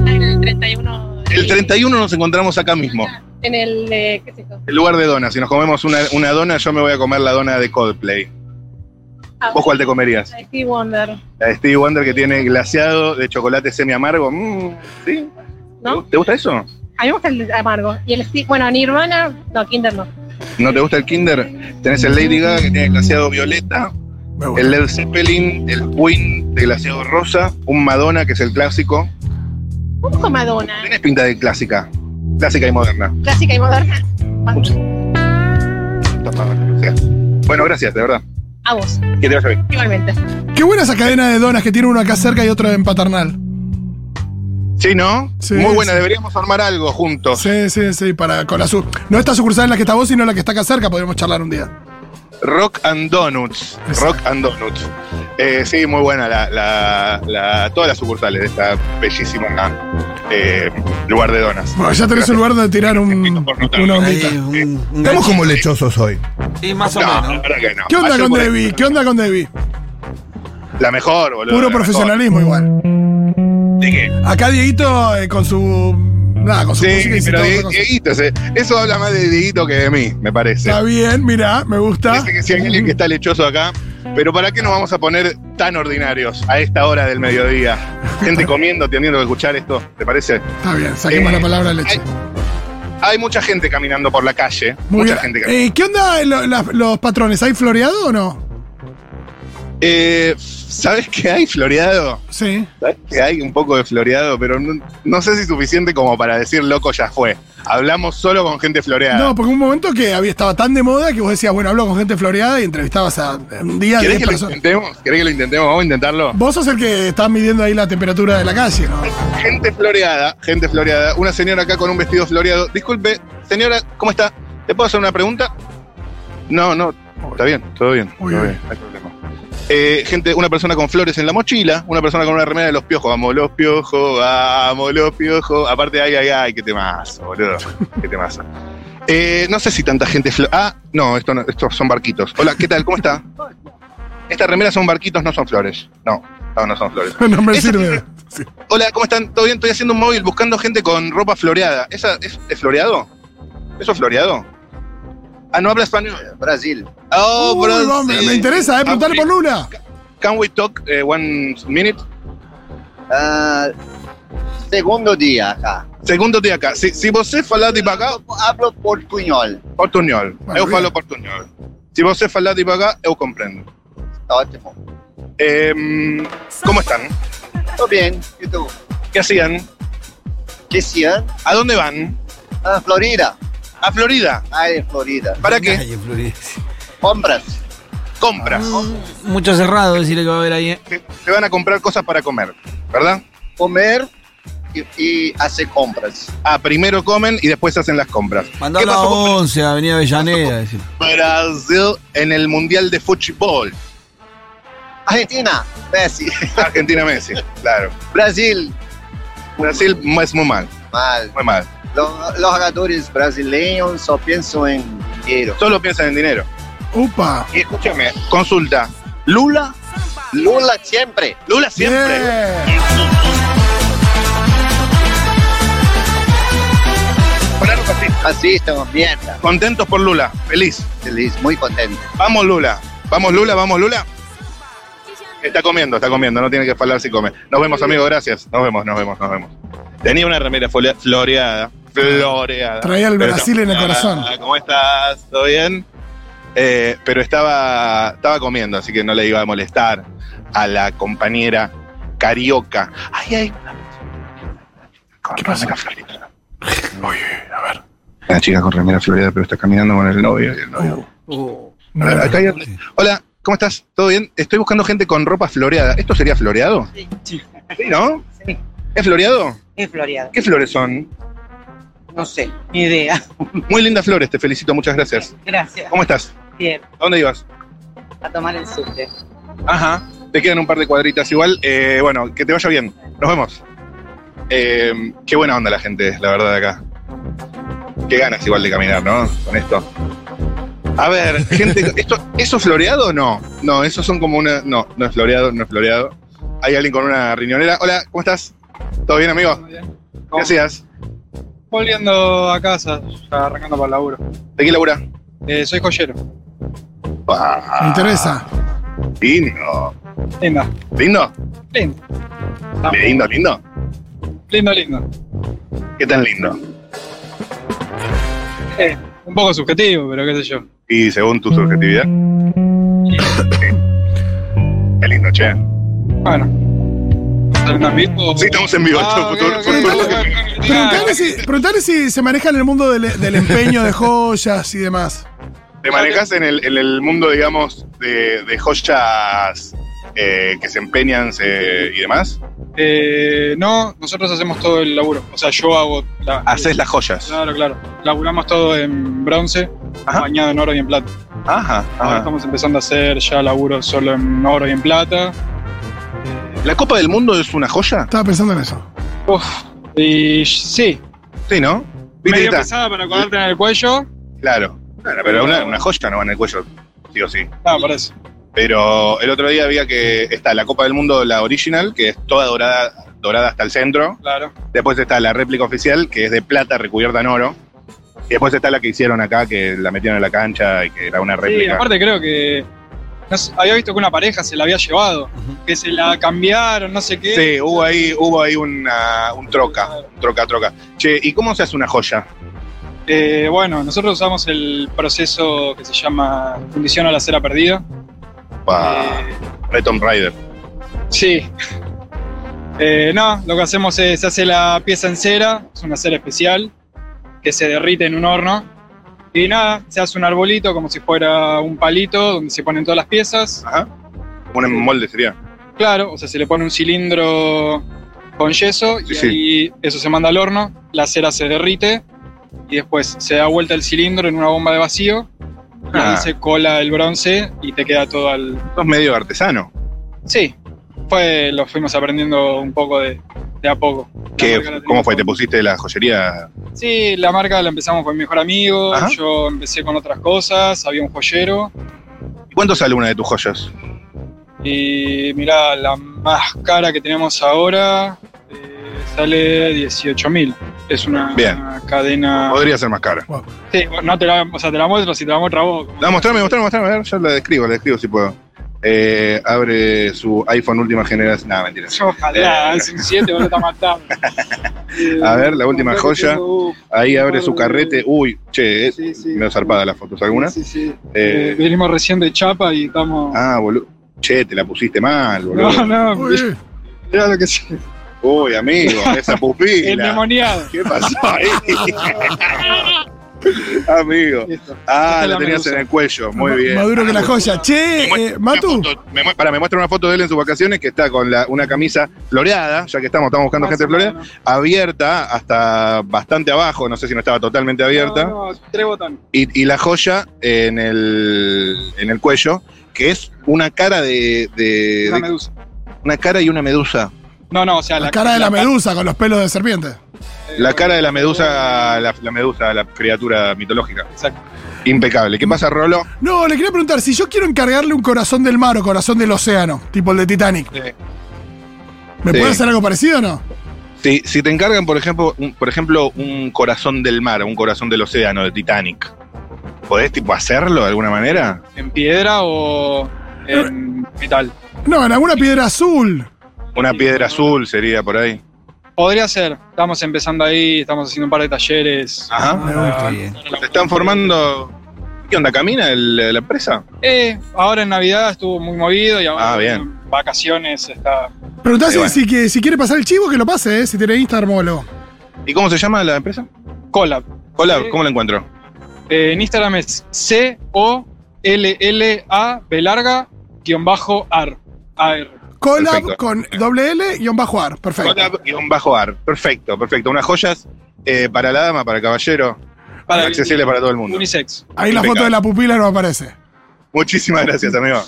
En el 31. de-
El 31 nos encontramos acá mismo,
En el. eh, ¿Qué es esto?
el lugar de donas. Si nos comemos una, una dona, yo me voy a comer la dona de Coldplay.
Ah,
¿Vos cuál te comerías?
la de Steve Wonder,
La de Stevie Wonder que tiene glaseado de chocolate semi amargo. Mm, ¿Sí?
¿no?
¿Te gusta eso?
A mí me gusta el amargo. Y el Steve. Bueno, Nirvana. No, Kinder no.
¿No te gusta el Kinder? Tenés el Lady Gaga que tiene glaseado violeta,
Me gusta.
el Led Zeppelin, el Queen de glaseado rosa, un Madonna que es el clásico.
Un poco Madonna.
Tenés pinta de clásica, clásica y moderna.
Clásica y moderna.
Bueno, gracias, de verdad.
A vos,
Que te vaya bien.
igualmente.
Qué buena esa cadena de donas que tiene uno acá cerca y otro en paternal.
Sí, ¿no?
Sí,
Muy buena,
sí.
deberíamos armar algo juntos.
Sí, sí, sí, para con la sur. No esta sucursal en la que está vos, sino la que está acá cerca, podríamos charlar un día.
Rock and Donuts.
Exacto.
Rock and Donuts. Eh, sí, muy buena la, la- la- todas las sucursales de esta bellísima eh, lugar de donas.
Bueno, ya tenés un lugar donde tirar un, una
Ahí,
ondita.
un- un
Estamos
ganchito.
como lechosos hoy.
Sí, más o
No, la
menos.
verdad que no.
¿Qué onda
Ayer
con
por ahí-
Debbie? ¿Qué onda con Debbie?
La mejor, boludo.
Puro
la mejor.
profesionalismo igual.
¿De qué?
Acá Dieguito eh, con su. Nada, con su música y
Sí,
su
pero
todo,
Die-
con su-
Dieguito, se- eso habla más de Dieguito que de mí, me parece.
Está bien, mirá, me gusta.
Parece que si hay alguien que está lechoso acá. Pero ¿para qué nos vamos a poner tan ordinarios a esta hora del mediodía? Gente comiendo, teniendo que escuchar esto, ¿te parece?
Está bien, saquemos
Eh,
la palabra leche.
Hay mucha gente caminando por la calle.
Muy
mucha
bien.
gente caminando.
Eh, ¿Qué onda lo- las- los patrones? ¿Hay floreado o no?
Eh, ¿Sabes qué hay, floreado?
Sí.
¿Sabes que hay un poco de floreado? Pero no, no sé si suficiente como para decir loco ya fue. Hablamos solo con gente floreada.
No, porque un momento que había, estaba tan de moda que vos decías, bueno, hablo con gente floreada y entrevistabas a un día
¿Querés
10
que lo
personas.
intentemos? ¿Querés que lo intentemos? Vamos a intentarlo.
Vos sos el que está midiendo ahí la temperatura de la calle, ¿no?
Gente floreada, gente floreada. Una señora acá con un vestido floreado. Disculpe, señora, ¿cómo está? ¿Le puedo hacer una pregunta? No, no, está bien, todo bien.
Uy,
todo
uy.
bien, no hay problema. Eh, gente, una persona con flores en la mochila, una persona con una remera de los piojos. Vamos los piojos, vamos los piojos. Aparte, ay, ay, ay, qué temazo, boludo. Qué temazo. Eh, no sé si tanta gente. flo- Ah, no, esto no- estos son barquitos. Hola, ¿qué tal? ¿Cómo está? Estas remeras son barquitos, no son flores. No, no, no son flores.
No me
Esa-
sirve.
Hola, ¿cómo están? ¿Todo bien? Estoy haciendo un móvil buscando gente con ropa floreada. ¿Esa es, es floreado? ¿Eso es floreado? Ah, no habla español.
Eh,
Brasil.
Oh,
Uy,
Brasil.
vamos, me interesa, eh, preguntarle por Luna.
Can we talk eh, one minute?
Ah, segundo dia acá.
Segundo día acá. Si, si você falar devagar,
Hablo portunhol.
portunhol.
Bueno,
eu
bien.
falo portunhol. Si você falar devagar, eu comprendo.
Ótimo.
Em, ¿Cómo están?
Tô bem. E tu?
¿Qué hacían?
Esse ano?
¿A dónde van?
Ah, Florida.
A Florida.
Ai, Florida.
¿Para qué?
Ay, en Florida.
Compras.
Compras.
Mm,
Ah.
Oh. Mucho cerrado, decirle que va a haber ahí. eh.
Te te van a comprar cosas para comer, ¿verdad?
Comer e, e fazer compras.
Ah, primero comen y después hacen las compras.
Mandalo a 11, a Avenida Avellaneda. decir.
Brasil en el Mundial de Fútbol?
Argentina. Messi.
Argentina Messi, claro.
Brasil.
Brasil es muy mal,
Mal.
muy mal.
Lo- Los jogadores brasileiros só pensam em dinheiro.
Solo piensan en dinero.
Upa.
Y escúchame, consulta. Lula,
Lula sempre.
Lula siempre.
Bien.
Claro que sí.
Assistam, merda.
Contentos por Lula, feliz.
Feliz, muito contente.
Vamos Lula, vamos Lula, vamos Lula. Está comiendo, está comiendo, no tiene que falar si come. Nos vemos, amigo, gracias. Nos vemos, nos vemos, nos vemos. Tenía una remera folea- floreada, floreada.
Traía el
Pero
Brasil en el
está-
corazón.
Hola, ¿Cómo estás? ¿Todo bien? Eh, pero estaba, estaba comiendo, así que no le iba a molestar a la compañera carioca. Ay, ay. ¿Qué pasa?
Oye, a ver.
La chica con remera floreada, pero está caminando con el novio. y el novio.
Uh, No,
Hola,
no,
acá hay- Hola, ¿cómo estás? ¿Todo bien? Estoy buscando gente con ropa floreada. ¿Esto sería floreado?
Sí, sí,
Sí, ¿no?
sí,
¿Es floreado?
es floreado.
¿Qué flores son?
No sé, ni idea.
Muy lindas flores, te felicito, muchas gracias.
Gracias.
¿Cómo estás?
Bien,
¿A dónde ibas?
a tomar el subte.
Ajá. Te quedan un par de cuadritas igual. Eh, bueno, que te vaya bien. Nos vemos. Eh, qué buena onda la gente, la verdad, de acá. Qué ganas igual de caminar, ¿no? Con esto. A ver, gente, esto, ¿eso es floreado o no? No, eso son como una. No, no es floreado, no es floreado. Hay alguien con una riñonera. Hola, ¿cómo estás? ¿Todo bien, amigo? ¿Qué hacías?
Volviendo a casa, ya arrancando para el laburo.
¿De qué labura?
Eh, soy joyero.
Me interesa.
Ah, Lindo.
Lindo.
¿Lindo?
Lindo. Estamos-
¿Lindo, lindo?
Lindo, lindo.
¿Qué tan lindo?
Eh, un poco subjetivo, pero qué sé yo.
Y según tu subjetividad. Qué lindo, che.
Bueno. ¿Están en vivo?
Sí, estamos en vivo.
Ah,
Por
ok,
todo-
ok,
por todo
ok,
lo que-
ok, ok.
Preguntarle si, preguntarle si se maneja en el mundo del, del empeño de joyas y demás.
Te manejas en el, en el mundo, digamos, de, de joyas eh, que se empeñan se- y demás.
Eh, no, nosotros hacemos todo el laburo. O sea, yo hago... La,
Haces las joyas.
Claro, claro. Laburamos todo en bronce,
Ajá. Ah.
bañado en oro y en plata.
Ajá,
Ahora
ajá.
estamos empezando a hacer ya laburo solo en oro y en plata.
¿La Copa del Mundo es una joya?
Estaba pensando en eso.
Uf. Y sí,
Sí, ¿no? ¿Viste que
medio
está?
pesada para colgarte en el cuello.
Claro. Claro, pero una, una joya no va en el cuello, sí o sí.
No, parece.
Pero el otro día había que está la Copa del Mundo, la original, que es toda dorada, dorada hasta el centro.
Claro.
Después está la réplica oficial, que es de plata recubierta en oro. Y después está la que hicieron acá, que la metieron en la cancha y que era una
Sí,
réplica.
aparte creo que no sé, había visto que una pareja se la había llevado, que se la cambiaron, no sé qué.
Sí, hubo ahí, hubo ahí una, un troca, un troca, troca. Che, ¿y cómo se hace una joya?
Eh, bueno, nosotros usamos el proceso que se llama fundición a la cera perdida.
Pa,
Eh,
re Tomb Raider.
sí. Eh, no, lo que hacemos es se hace la pieza en cera, es una cera especial que se derrite en un horno y nada, se hace un arbolito como si fuera un palito donde se ponen todas las piezas.
Ajá. Un molde sería.
Claro, o sea, se le pone un cilindro con yeso
Sí,
y
sí.
ahí eso se manda al horno, la cera se derrite y después se da vuelta el cilindro en una bomba de vacío
Ah.
ahí se cola el bronce y te queda todo al.
Sos medio artesano.
Sí, fue, lo fuimos aprendiendo un poco de, de a poco. La
¿Qué,
marca la
¿Cómo
teníamos
fue? ¿Te
con-
pusiste la joyería?
Sí, la marca la empezamos con mi mejor amigo,
Ajá.
yo empecé con otras cosas, había un joyero
¿Cuánto sale una de tus joyas?
y mirá, la más cara que tenemos ahora eh, sale 18 mil. Es una
Bien.
cadena...
Podría ser más cara.
Sí, no te la, o sea, te la muestro, si te la muestro a vos.
No, mostrame, mostrame, mostrame. A ver, yo la describo, la describo si puedo. Eh, abre su iPhone última generación. Nada, mentira.
Ojalá, es un 7, vos lo estás matando. Eh,
A ver, la última joya.
tengo-
Ahí abre su carrete. Uy, che, eh,
Sí, sí.
medio zarpada las fotos algunas.
Sí, sí. Eh,
Eh,
venimos recién de Chapa y estamos...
ah, boludo. Che, te la pusiste mal, boludo.
no, no,
Uy,
mirá lo que sí.
Uy, amigo, esa pupila.
Endemoniado.
¿Qué pasó ahí? amigo.
Listo. Esta
Ah,
es
la
la
tenías
medusa.
en el cuello. Muy
ma-
bien.
Maduro que la joya.
Me
Che,
muestra
eh,
una
Matu.
foto- me mue- pará, me muestra una foto de él en sus vacaciones que está con la- una camisa floreada, ya que estamos, estamos buscando gente floreada, abierta hasta bastante abajo, no sé si no estaba totalmente abierta,
No, no, tres botones.
Y, y la joya en el, en el cuello, que es una cara de, de-
Una
de-
medusa.
una cara y una medusa.
No, no, o sea, la,
La cara de la medusa con los pelos de serpiente.
La cara de la medusa, la, la medusa, la criatura mitológica.
Exacto.
Impecable. ¿Qué pasa, Rolo?
No, le quería preguntar, si yo quiero encargarle un corazón del mar o corazón del océano, tipo el de Titanic,
Eh,
¿me
Sí.
puede hacer algo parecido o no?
Si, si te encargan, por ejemplo, un, por ejemplo, un corazón del mar, un corazón del océano, de Titanic, ¿podés tipo hacerlo de alguna manera?
¿En piedra o en metal?
No, en alguna piedra azul.
Una piedra azul sería por ahí.
Podría ser. Estamos empezando ahí, estamos haciendo un par de talleres.
Ajá.
Me gusta Ah, bien.
Se están formando. ¿Qué onda? ¿Camina el- la empresa?
Eh, ahora en Navidad estuvo muy movido y ahora
Ah, bien.
en vacaciones está.
Preguntá
Y
si,
bueno.
si que- si quiere pasar el chivo, que lo pase, eh, si tiene Instagram o algo.
¿Y cómo se llama la empresa?
Collab.
Hola,
Sí.
¿cómo la encuentro?
Eh, en Instagram es C-O-L-L-A B larga guión bajo AR. AR.
Collab
Perfecto.
con doble L y un bajo ar. Perfecto.
Collab-bajo ar. Perfecto, perfecto. Unas joyas eh, para la dama, para el caballero,
Para
accesible para todo el mundo.
Unisex.
Ahí la
Impecable.
foto de la pupila no aparece.
Muchísimas gracias, amigo.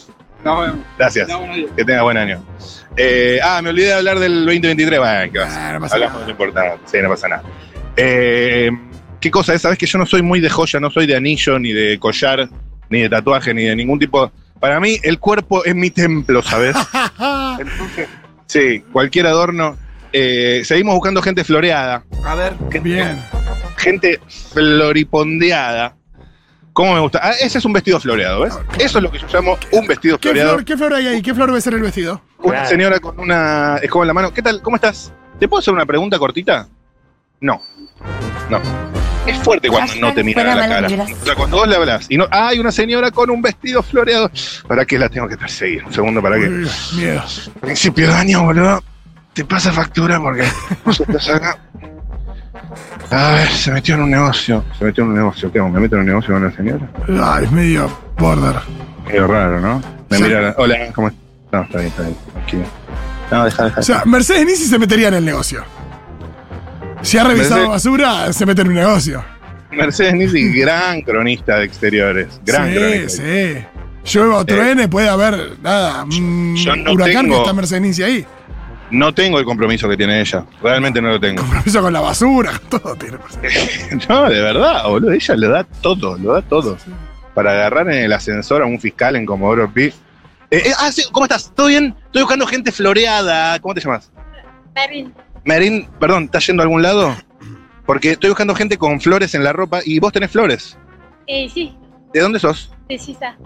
Nos vemos.
Gracias.
Nos vemos.
Que tengas buen año. Eh, ah, me olvidé de hablar del 2023. Bueno, ¿qué va a ser?
Ah, no pasa
Hablamos de lo importante. Sí, no pasa nada. Eh, ¿Qué cosa es? Sabes que yo no soy muy de joya, no soy de anillo, ni de collar, ni de tatuaje, ni de ningún tipo. Para mí, el cuerpo es mi templo, ¿sabes?
nada.
Entonces, sí, cualquier adorno. Eh, seguimos buscando gente floreada.
A ver,
Bien.
gente floripondeada. ¿Cómo me gusta? Ah, ese es un vestido floreado, ¿ves? Eso es lo que yo llamo un vestido
¿Qué
floreado.
flor, ¿Qué flor hay ahí? ¿Qué flor debe ser el vestido?
Una señora con una escoba en la mano. ¿Qué tal? ¿Cómo estás? ¿Te puedo hacer una pregunta cortita? No. No. Es fuerte cuando no te miran a la cara. O sea, cuando vos le hablas y no. Ah, hay una señora con un vestido floreado. ¿Para qué la tengo que perseguir? Un segundo, ¿para qué?
Uy, Miedo.
Principio de año, boludo. Te pasa factura porque vos estás acá. A ver, se metió en un negocio. Se metió en un negocio. ¿Qué hago? ¿Me meto en un negocio con la señora?
Ay, es medio border.
Medio raro, ¿no? Me
Sí.
mira la- Hola, ¿cómo estás? No, está bien, está bien. tranquilo. No, deja, deja.
O sea, Mercedes Nisi se metería en el negocio. Si ha revisado
Mercedes-
basura, se mete en un negocio.
Mercedes Nisi, gran cronista de exteriores. Gran
sí,
cronista.
sí. Llueva o truene, puede haber nada. Un
Yo no
huracán
tengo-
que está Mercedes Nisi ahí.
No tengo el compromiso que tiene ella. Realmente no lo tengo.
Compromiso con la basura, con todo tiene Mercedes.
No, de verdad, boludo. Ella le da todo, lo da todo. Para agarrar en el ascensor a un fiscal en Comodoro Pi. Eh, eh, ah, sí, ¿cómo estás? ¿Todo bien? Estoy buscando gente floreada. ¿Cómo te llamas?
Perrin,
Marín, perdón, ¿estás yendo a algún lado? Porque estoy buscando gente con flores en la ropa y vos tenés flores.
eh, sí,
¿De dónde sos?
precisa.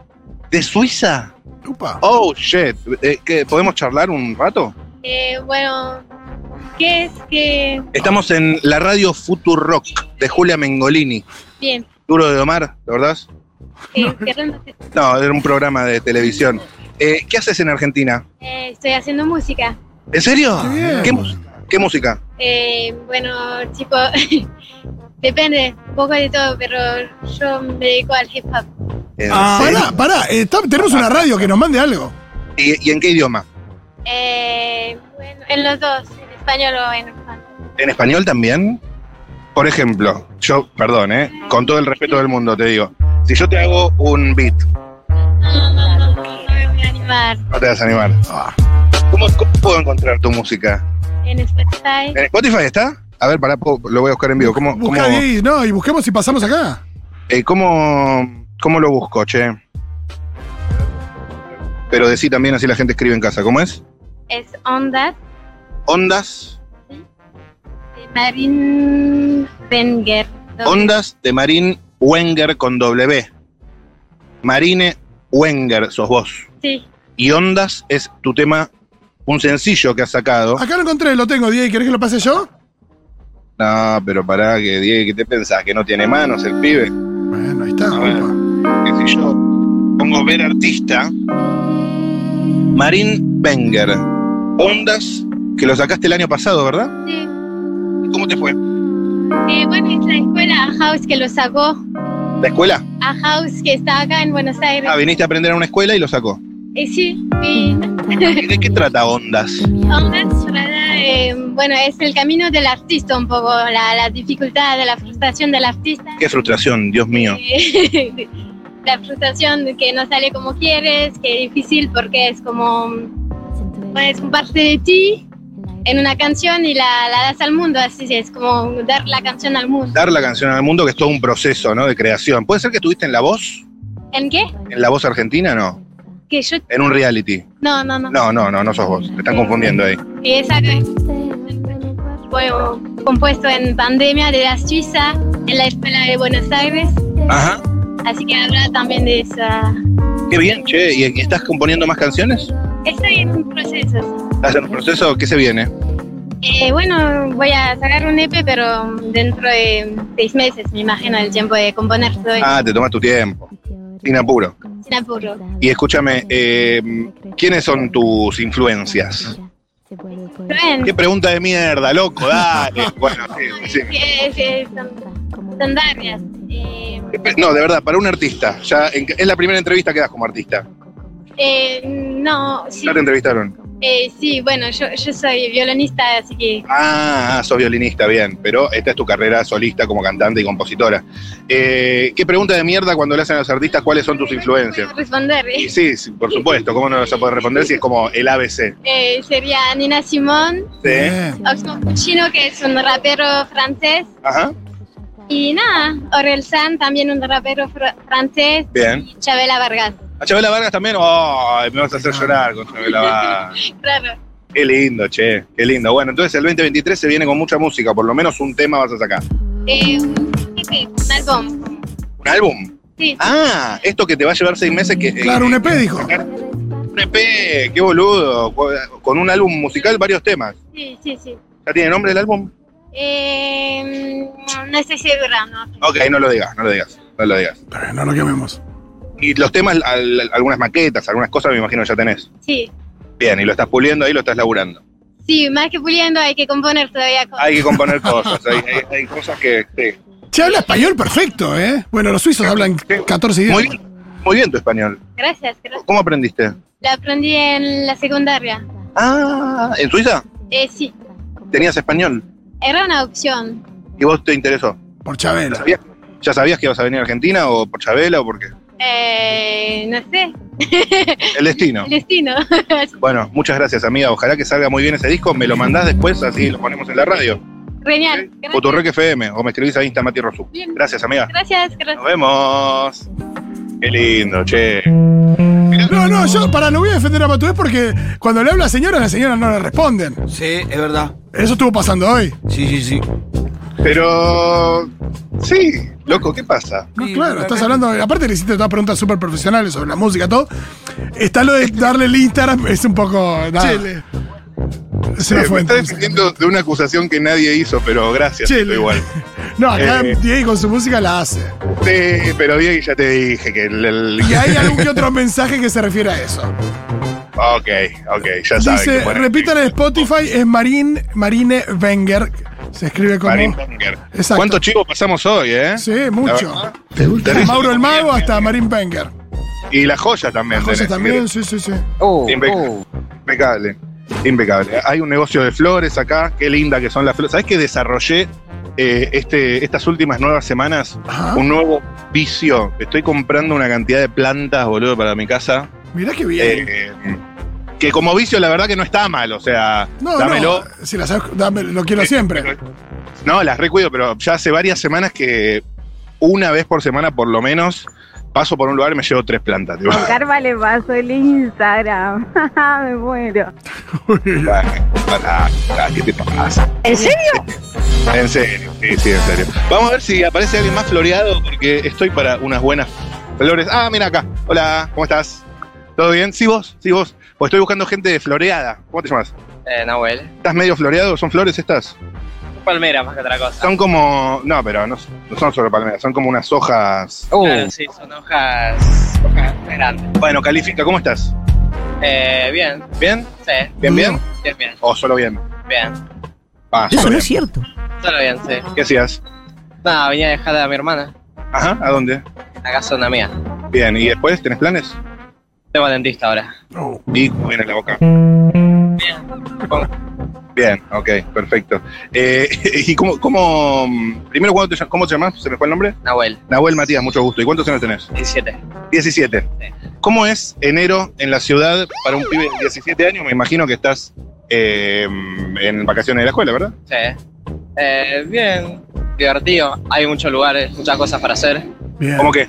¿De Suiza?
Upa.
Oh, shit. Eh, ¿qué, ¿Podemos charlar un rato?
Eh, bueno, ¿qué es que...?
Estamos en la radio Futurock de Julia Mengolini.
Bien,
Duro de Omar, ¿la verdad?
eh, cerrando-
No, era un programa de televisión. Eh, ¿Qué haces en Argentina?
eh, estoy haciendo música.
¿En serio?
Qué bien.
¿Qué, mu- qué música?
Eh, bueno, tipo, depende, un poco de todo, pero yo me dedico al hip hop.
¿En
pará,
serio?
pará. eh, tam- tenemos una radio que nos mande algo.
¿Y, y en qué idioma?
Eh, bueno, en los dos, en español o en español.
¿En español también? Por ejemplo, yo, perdón, ¿eh? con todo el respeto del mundo te digo, Si yo te hago un beat,
No, no, no, no me voy a animar.
no te vas a animar. Ah. ¿Cómo, cómo puedo encontrar tu música?
En Spotify.
¿En Spotify está? A ver, pará, po- lo voy a buscar en vivo. ¿Cómo, cómo,
Busca ahí, no, y busquemos si pasamos acá.
eh, cómo, cómo lo busco, che? Pero decí también así la gente escribe en casa. ¿Cómo es?
Es Onda
Ondas,
de Marin Wenger.
ondas de Marín Wenger con W. Marine Wenger, sos vos.
Sí.
Y Ondas es tu tema, un sencillo que has sacado.
Acá lo encontré, lo tengo, Diego. ¿Querés que lo pase yo?
No, pero pará, que Diego, ¿qué te pensás? ¿Que no tiene manos el pibe?
Bueno, ahí está.
A ver.
opa.
Que si yo pongo ver artista, Marín Wenger, Ondas, que lo sacaste el año pasado, ¿verdad?
Sí.
¿Cómo te fue?
Eh, bueno, es la escuela A House que lo sacó.
¿La escuela?
A House que está acá en Buenos Aires.
Ah, viniste a aprender a una escuela y lo sacó.
Eh, sí, sí.
¿De qué trata Ondas?
Ondas, Sonada, eh, bueno, es el camino del artista un poco, la, la dificultad, la frustración del artista.
Qué frustración, Dios mío.
Eh, la frustración de que no sale como quieres, que es difícil porque es como pones un parte de ti en una canción y la, la das al mundo, así es como dar la canción al mundo.
Dar la canción al mundo, que es todo un proceso, ¿no? De creación. ¿Puede ser que estuviste en La Voz?
¿En qué?
¿En La Voz Argentina? No.
Que yo...
En un reality.
No, no, no.
No, no, no, no sos vos. Te están confundiendo ahí.
Y esa que fue compuesto en pandemia de la Suiza, en la escuela de Buenos Aires,
Ajá.
así que habla también de esa...
Qué bien, che. ¿Y estás componiendo más canciones?
Estoy en un proceso. sí.
¿Estás en un proceso? ¿Qué se viene?
Eh, bueno, voy a sacar un EP, pero dentro de seis meses, me imagino, el tiempo de componer todo
Ah, te tomas tu tiempo. Sin apuro.
sin apuro.
Y escúchame, eh, ¿quiénes son tus influencias?
Rubén,
Qué pregunta de mierda, loco, dale. Bueno, sí, sí.
que- que son, son varias. Eh,
No, de verdad, para un artista. Ya en- es la primera entrevista que das como artista.
eh, no, sí,
Ya te entrevistaron.
eh, sí, bueno, yo, yo soy violinista, así que
Ah, sos violinista, bien. Pero esta es tu carrera solista como cantante y compositora. Eh, ¿Qué pregunta de mierda cuando le hacen a los artistas cuáles son tus influencias?
puedo responder.
Y
eh.
sí, sí, por supuesto, ¿cómo no vas a poder responder si es como el ABC?
Eh, sería Nina Simón,
Sí.
Bien.
Oxmo Puccino, que es un rapero francés,
Ajá,
y nada, Orelsan, también un rapero fr- francés,
bien.
y Chabela Vargas,
¿A Chabela Vargas también? ¡Ay, me vas a hacer llorar con Chabela Vargas!
claro.
Qué lindo, che, qué lindo. Bueno, entonces el 2023 se viene con mucha música, por lo menos un tema vas a sacar.
Eh, un EP, un álbum.
¿Un álbum?
Sí.
Ah, esto que te va a llevar seis meses que... eh,
Claro, un EP, dijo.
Un EP, qué boludo. Con un álbum musical, varios temas.
Sí, sí, sí.
¿Ya tiene nombre el álbum?
Eh, no estoy segura, ¿no?
Ok, no lo digas, no lo digas, no lo digas.
Pero no lo quememos.
Y los temas, al- algunas maquetas, algunas cosas me imagino ya tenés.
Sí.
Bien, y lo estás puliendo ahí, lo estás laburando.
Sí, más que puliendo hay que componer todavía cosas.
Hay que componer cosas, hay, hay- hay cosas que... sí.
Che, habla español perfecto, ¿eh? Bueno, los suizos hablan 14 idiomas.
Muy, bien, muy bien tu español.
Gracias, gracias.
¿Cómo aprendiste?
La aprendí en la secundaria.
Ah, ¿en Suiza?
Eh, sí,
Tenías español
era una opción.
y vos te interesó.
Por
¿Ya
Chabela.
sabías, ya sabías que ibas a venir a Argentina o por Chabela o por qué?
Eh, no sé,
El destino.
el destino.
Bueno, muchas gracias, amiga. Ojalá que salga muy bien ese disco. Me lo mandás después, así lo ponemos en la radio.
Genial.
O tu
Gracias,
Rock FM, o me escribís a Insta Mati Rosu.
Bien.
Gracias, amiga.
gracias.
Nos
gracias.
vemos. Qué lindo, che.
No, no, yo para no voy a defender a Matudez porque cuando le habla a señora, las señoras no le responden.
Sí, es verdad.
Eso estuvo pasando hoy.
Sí, sí, sí.
Pero. Sí, loco, ¿qué pasa?
No,
Sí,
claro,
la
estás
verdad
hablando. Aparte, le hiciste todas preguntas súper profesionales sobre la música, todo. Está lo de darle el Instagram, es un poco. nada.
Chele.
Se me
Eh, me
fue.
está
entonces.
defendiendo de una acusación que nadie hizo, pero gracias.
Chele.
estoy Igual.
No, acá
Eh.
Diego con su música la hace.
Sí, pero Diego ya te dije que el. el-
Y hay algún que otro mensaje que se refiere a eso.
Ok, ok, ya sabes.
Dice, repitan en Spotify, es Marín, Marine Wenger. Se escribe como.
Marín Wenger.
Exacto.
¿Cuántos chivos pasamos hoy, eh?
Sí, mucho.
La verdad.
Desde Mauro el Mago hasta Marín Wenger.
Y las joyas también.
José
tenés.
también, sí, sí, sí.
Oh,
Impecable.
oh.
Impecable. Impecable. Hay un negocio de flores acá, qué linda que son las flores. ¿Sabes que desarrollé eh, este, estas últimas nuevas semanas
Ajá.
un nuevo vicio. Estoy comprando una cantidad de plantas, boludo, para mi casa.
Mirá qué bien.
Eh, que como vicio, la verdad que no está mal, o sea,
no,
dámelo.
no. Si la sabes, dame- lo quiero siempre.
No, las recuido, pero ya hace varias semanas que una vez por semana, por lo menos, paso por un lugar y me llevo tres plantas. tipo.
Carva le pasó el Instagram. Me muero.
Pará, pará, ¿Qué te pasa?
¿En serio?
En serio, sí, sí, en serio. Vamos a ver si aparece alguien más floreado, porque estoy para unas buenas flores. Ah, mira acá. Hola, ¿cómo estás? ¿Todo bien? Sí, vos, sí, vos. Pues estoy buscando gente floreada. ¿Cómo te llamas?
Eh, Nahuel.
¿Estás medio floreado? ¿Son flores estas?
Palmera más que otra cosa.
Son como. No, pero no, no son solo palmeras, son como unas hojas.
Uh.
Claro, sí, son hojas, hojas grandes.
Bueno, califica, ¿cómo estás?
Eh, bien,
¿Bien?
sí,
¿Bien, bien?
bien, bien,
¿O solo bien?
bien.
Ah, solo bien.
cierto.
Solo bien, sí.
¿Qué hacías?
Nada, venía a dejar a mi hermana,
Ajá, ¿a dónde?
a casa de una mía.
Bien, ¿y después tenés planes?
Tengo dentista ahora.
Oh,
Y viene la boca. Bien, ok, perfecto. Eh, ¿Y cómo, cómo primero, ¿cuándo te llam- ¿cómo te llamas? ¿Se me fue el nombre?
Nahuel,
Nahuel Matías, mucho gusto. ¿Y cuántos años tenés?
17.
17. ¿Cómo es enero en la ciudad para un pibe de 17 años? Me imagino que estás eh, en vacaciones de la escuela, ¿verdad?
Sí. Eh, bien, divertido. Hay muchos lugares, muchas cosas para hacer.
Bien.
¿Cómo qué?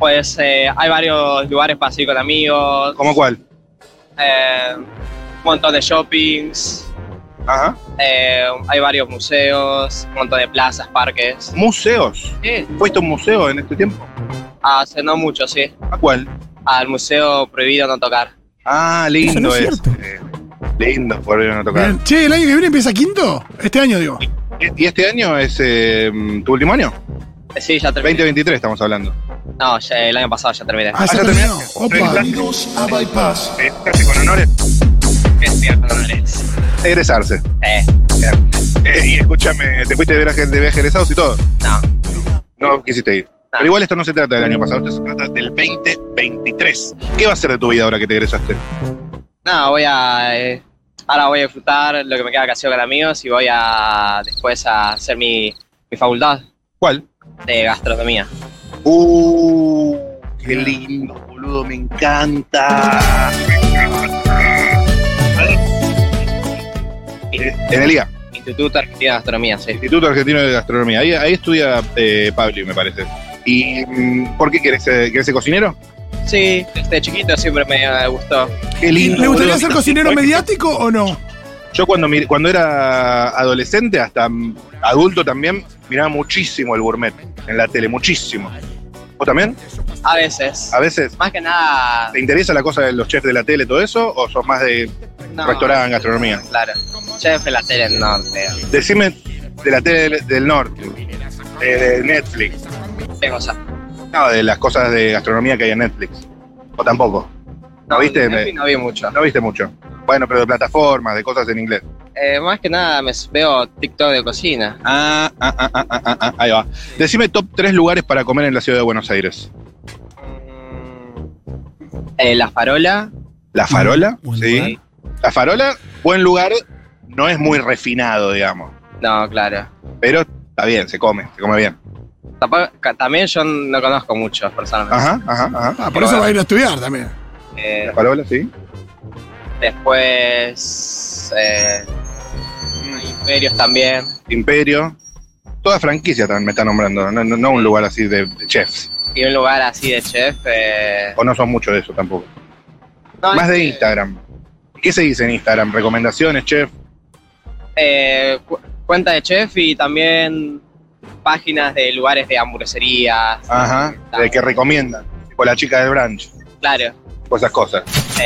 Pues eh, hay varios lugares para salir con amigos.
¿Cómo cuál?
eh, un montón de shoppings.
Ajá.
eh, hay varios museos, un montón de plazas, parques.
¿Museos?
Sí,
¿Fuiste a un museo en este tiempo?
hace no mucho, sí.
¿A cuál?
Al museo prohibido no tocar.
Ah, lindo
Eso no es
es. Eh, lindo, por no tocar.
Bien. Che, el año que viene empieza quinto. Este año, digo.
¿Y este año es eh, tu último año?
Eh, Sí, ya terminé.
2023 estamos hablando.
No, ya, el año pasado ya terminé.
Ah, ya
ya
terminó.
terminó.
Opa.
a Bypass.
Eh, casi con honores.
Es mi hermano Andrés.
Egresarse.
Eh,
Eh, y escúchame, ¿te fuiste de viaje, de viaje egresados y todo?
no.
No Mm. quisiste ir. Pero igual esto no se trata del año pasado, esto se trata del 2023. ¿Qué va a ser de tu vida ahora que te egresaste?
No, voy a. eh, ahora voy a disfrutar lo que me queda que hacer con amigos y voy a después a hacer mi, mi facultad
¿Cuál?
de gastronomía.
¡Uh! ¡Qué lindo, boludo! ¡Me encanta! Eh, En el día,
Instituto Argentino de Gastronomía, sí.
Instituto Argentino de Gastronomía. Ahí, ahí estudia eh, Pablo, me parece. ¿Y mm, por qué querés, eh, querés ser cocinero?
Sí, desde chiquito siempre me gustó.
¡Qué lindo!
¿Le gustaría
boludo.
ser cocinero mediático o no?
Yo cuando, mir- cuando era adolescente, hasta mm, adulto también, miraba muchísimo el gourmet en la tele, muchísimo. ¿Vos también?
A veces.
A veces,
Más que nada.
¿te interesa la cosa de los chefs de la tele, todo eso? ¿O sos más de
no,
restaurante, gastronomía?
Claro. Chef de la tele norte.
Decime de la tele del, del norte, de, de Netflix,
¿Qué cosa?
no, de las cosas de gastronomía que hay en Netflix. ¿O tampoco? ¿No viste?
en fin, No vi mucho.
No viste mucho. Bueno, pero de plataformas, de cosas en inglés.
Eh, más que nada me s- veo TikTok de cocina.
Ah, ah, ah, ah, ah, ah, ahí va. Decime top tres lugares para comer en la ciudad de Buenos Aires.
Eh, la farola.
La Farola,
Buen
sí.
lugar.
La Farola, buen lugar, no es muy refinado, digamos,
No, claro.
pero está bien, se come, se come bien.
Tampoco- ca- también yo no conozco muchos personalmente.
Ajá, ajá, ajá.
Ah, por eso va a ir a estudiar también.
Eh,
La Farola, sí.
después. eh, imperios también.
Imperio. Toda franquicia también me está nombrando, no, no- no un lugar así de, de chefs.
Y un lugar así de chef. eh,
O no son mucho de eso tampoco.
no,
Más
es
de
que-
Instagram. ¿Qué se dice en Instagram? ¿Recomendaciones, chef?
eh, cu- cuenta de chef y también páginas de lugares de hamburgueserías.
Ajá. De que recomiendan. Tipo la chica del branch.
Claro.
tipo esas cosas.
Sí.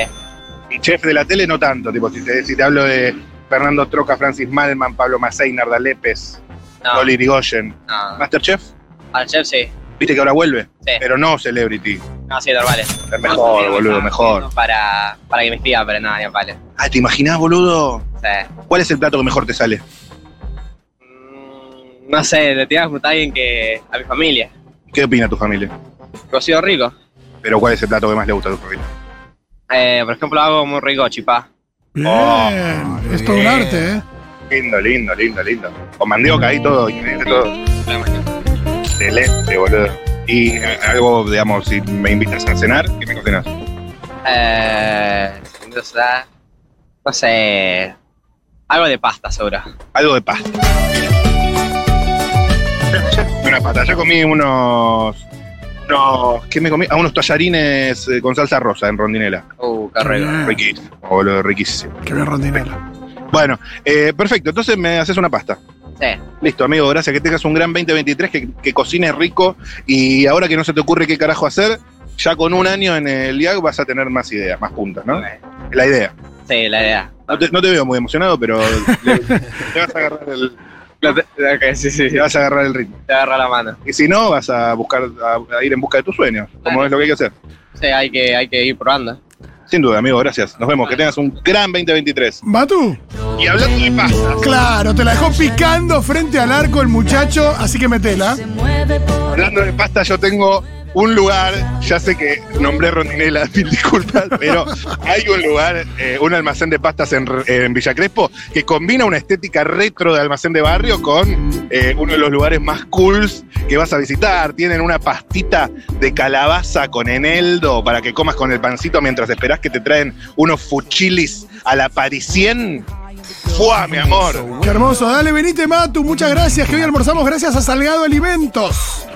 Y chef de la tele no tanto, tipo, si te, si te hablo de Fernando Troca, Francis Malman, Pablo Macei, Narda Lépez,
No,
Loli Irigoyen.
no.
Masterchef,
Al chef sí.
viste que ahora vuelve,
Sí.
pero no Celebrity.
No, sí, normales.
Es mejor, boludo, mejor.
Para, para que me pida, pero nada, ni a palo.
Ah, ¿te imaginás, boludo?
Sí.
¿Cuál es el plato que mejor te sale?
Mm, No sé, le tenía que preguntar a alguien que. a mi familia.
¿Qué opina tu familia?
Cocido rico.
Pero ¿cuál es el plato que más le gusta a tu familia?
Eh, por ejemplo, hago muy rico chipá.
Bien.
Oh,
es todo un
bien.
arte, ¿eh?
Lindo, lindo, lindo, lindo. Con mandioca ahí todo, increíble todo. Excelente, boludo. Y eh, algo, digamos, si me invitas a cenar, ¿qué me cocinas?
Eh, o sea, no sé. Algo de pasta, seguro.
Algo de pasta. Una pasta. Yo comí unos. unos ¿Qué me comí? Ah, unos tallarines eh, con salsa rosa en rondinela.
Uh,
Ah.
carrera.
Riquísimo, boludo, riquísimo.
Que bien rondinela.
Bueno, eh, perfecto. Entonces me haces una pasta.
Sí.
Listo, amigo, gracias. Que tengas un gran 2023, que, que cocines rico. Y ahora que no se te ocurre qué carajo hacer, ya con un año en el IAG vas a tener más ideas, más puntas, ¿no? Es La idea.
Sí, la idea.
No te, no te veo muy emocionado, pero le, le vas a agarrar el.
sí, sí,
le vas a agarrar el ritmo.
Te agarra la mano.
Y si no, vas a buscar a, a ir en busca de tus sueños, como es lo que hay que hacer.
Sí, hay que, hay que ir probando.
Sin duda, amigo, gracias. Nos vemos, que tengas un gran 2023.
¿Batu?
Y hablando de pastas,
Claro, te la dejó picando frente al arco el muchacho, así que metela.
hablando de pasta, yo tengo un lugar, ya sé que nombré Rondinela, mil disculpas, pero hay un lugar, eh, un almacén de pastas en, en Villa Crespo, que combina una estética retro de almacén de barrio con eh, uno de los lugares más cools que vas a visitar. Tienen una pastita de calabaza con eneldo para que comas con el pancito mientras esperás que te traen unos fuchilis a la parisien. ¡Fua, mi amor!
Qué hermoso, dale, venite Matu, muchas gracias, que hoy almorzamos gracias a Salgado Alimentos.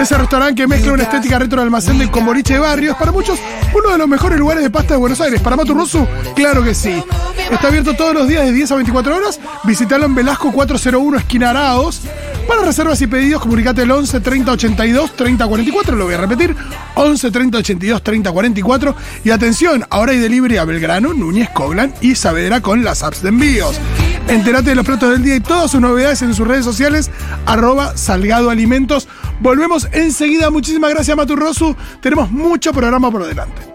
Ese restaurante que mezcla una estética retro de almacén de- con boliche de barrio es para muchos uno de los mejores lugares de pasta de Buenos Aires. Para Matu Rosu, claro que sí. Está abierto todos los días de 10 a 24 horas. Visitalo en Velasco 401 Esquina Araos. Para reservas y pedidos, comunicate al 11 30 82 30 44. Lo voy a repetir: 11 30 82 30 44. Y atención, ahora hay delivery a Belgrano, Núñez, Coblan y Saavedra con las apps de envíos. Entérate de los platos del día y todas sus novedades en sus redes sociales, arroba Salgado Alimentos. Volvemos enseguida. Muchísimas gracias, Maturrosu. Tenemos mucho programa por delante.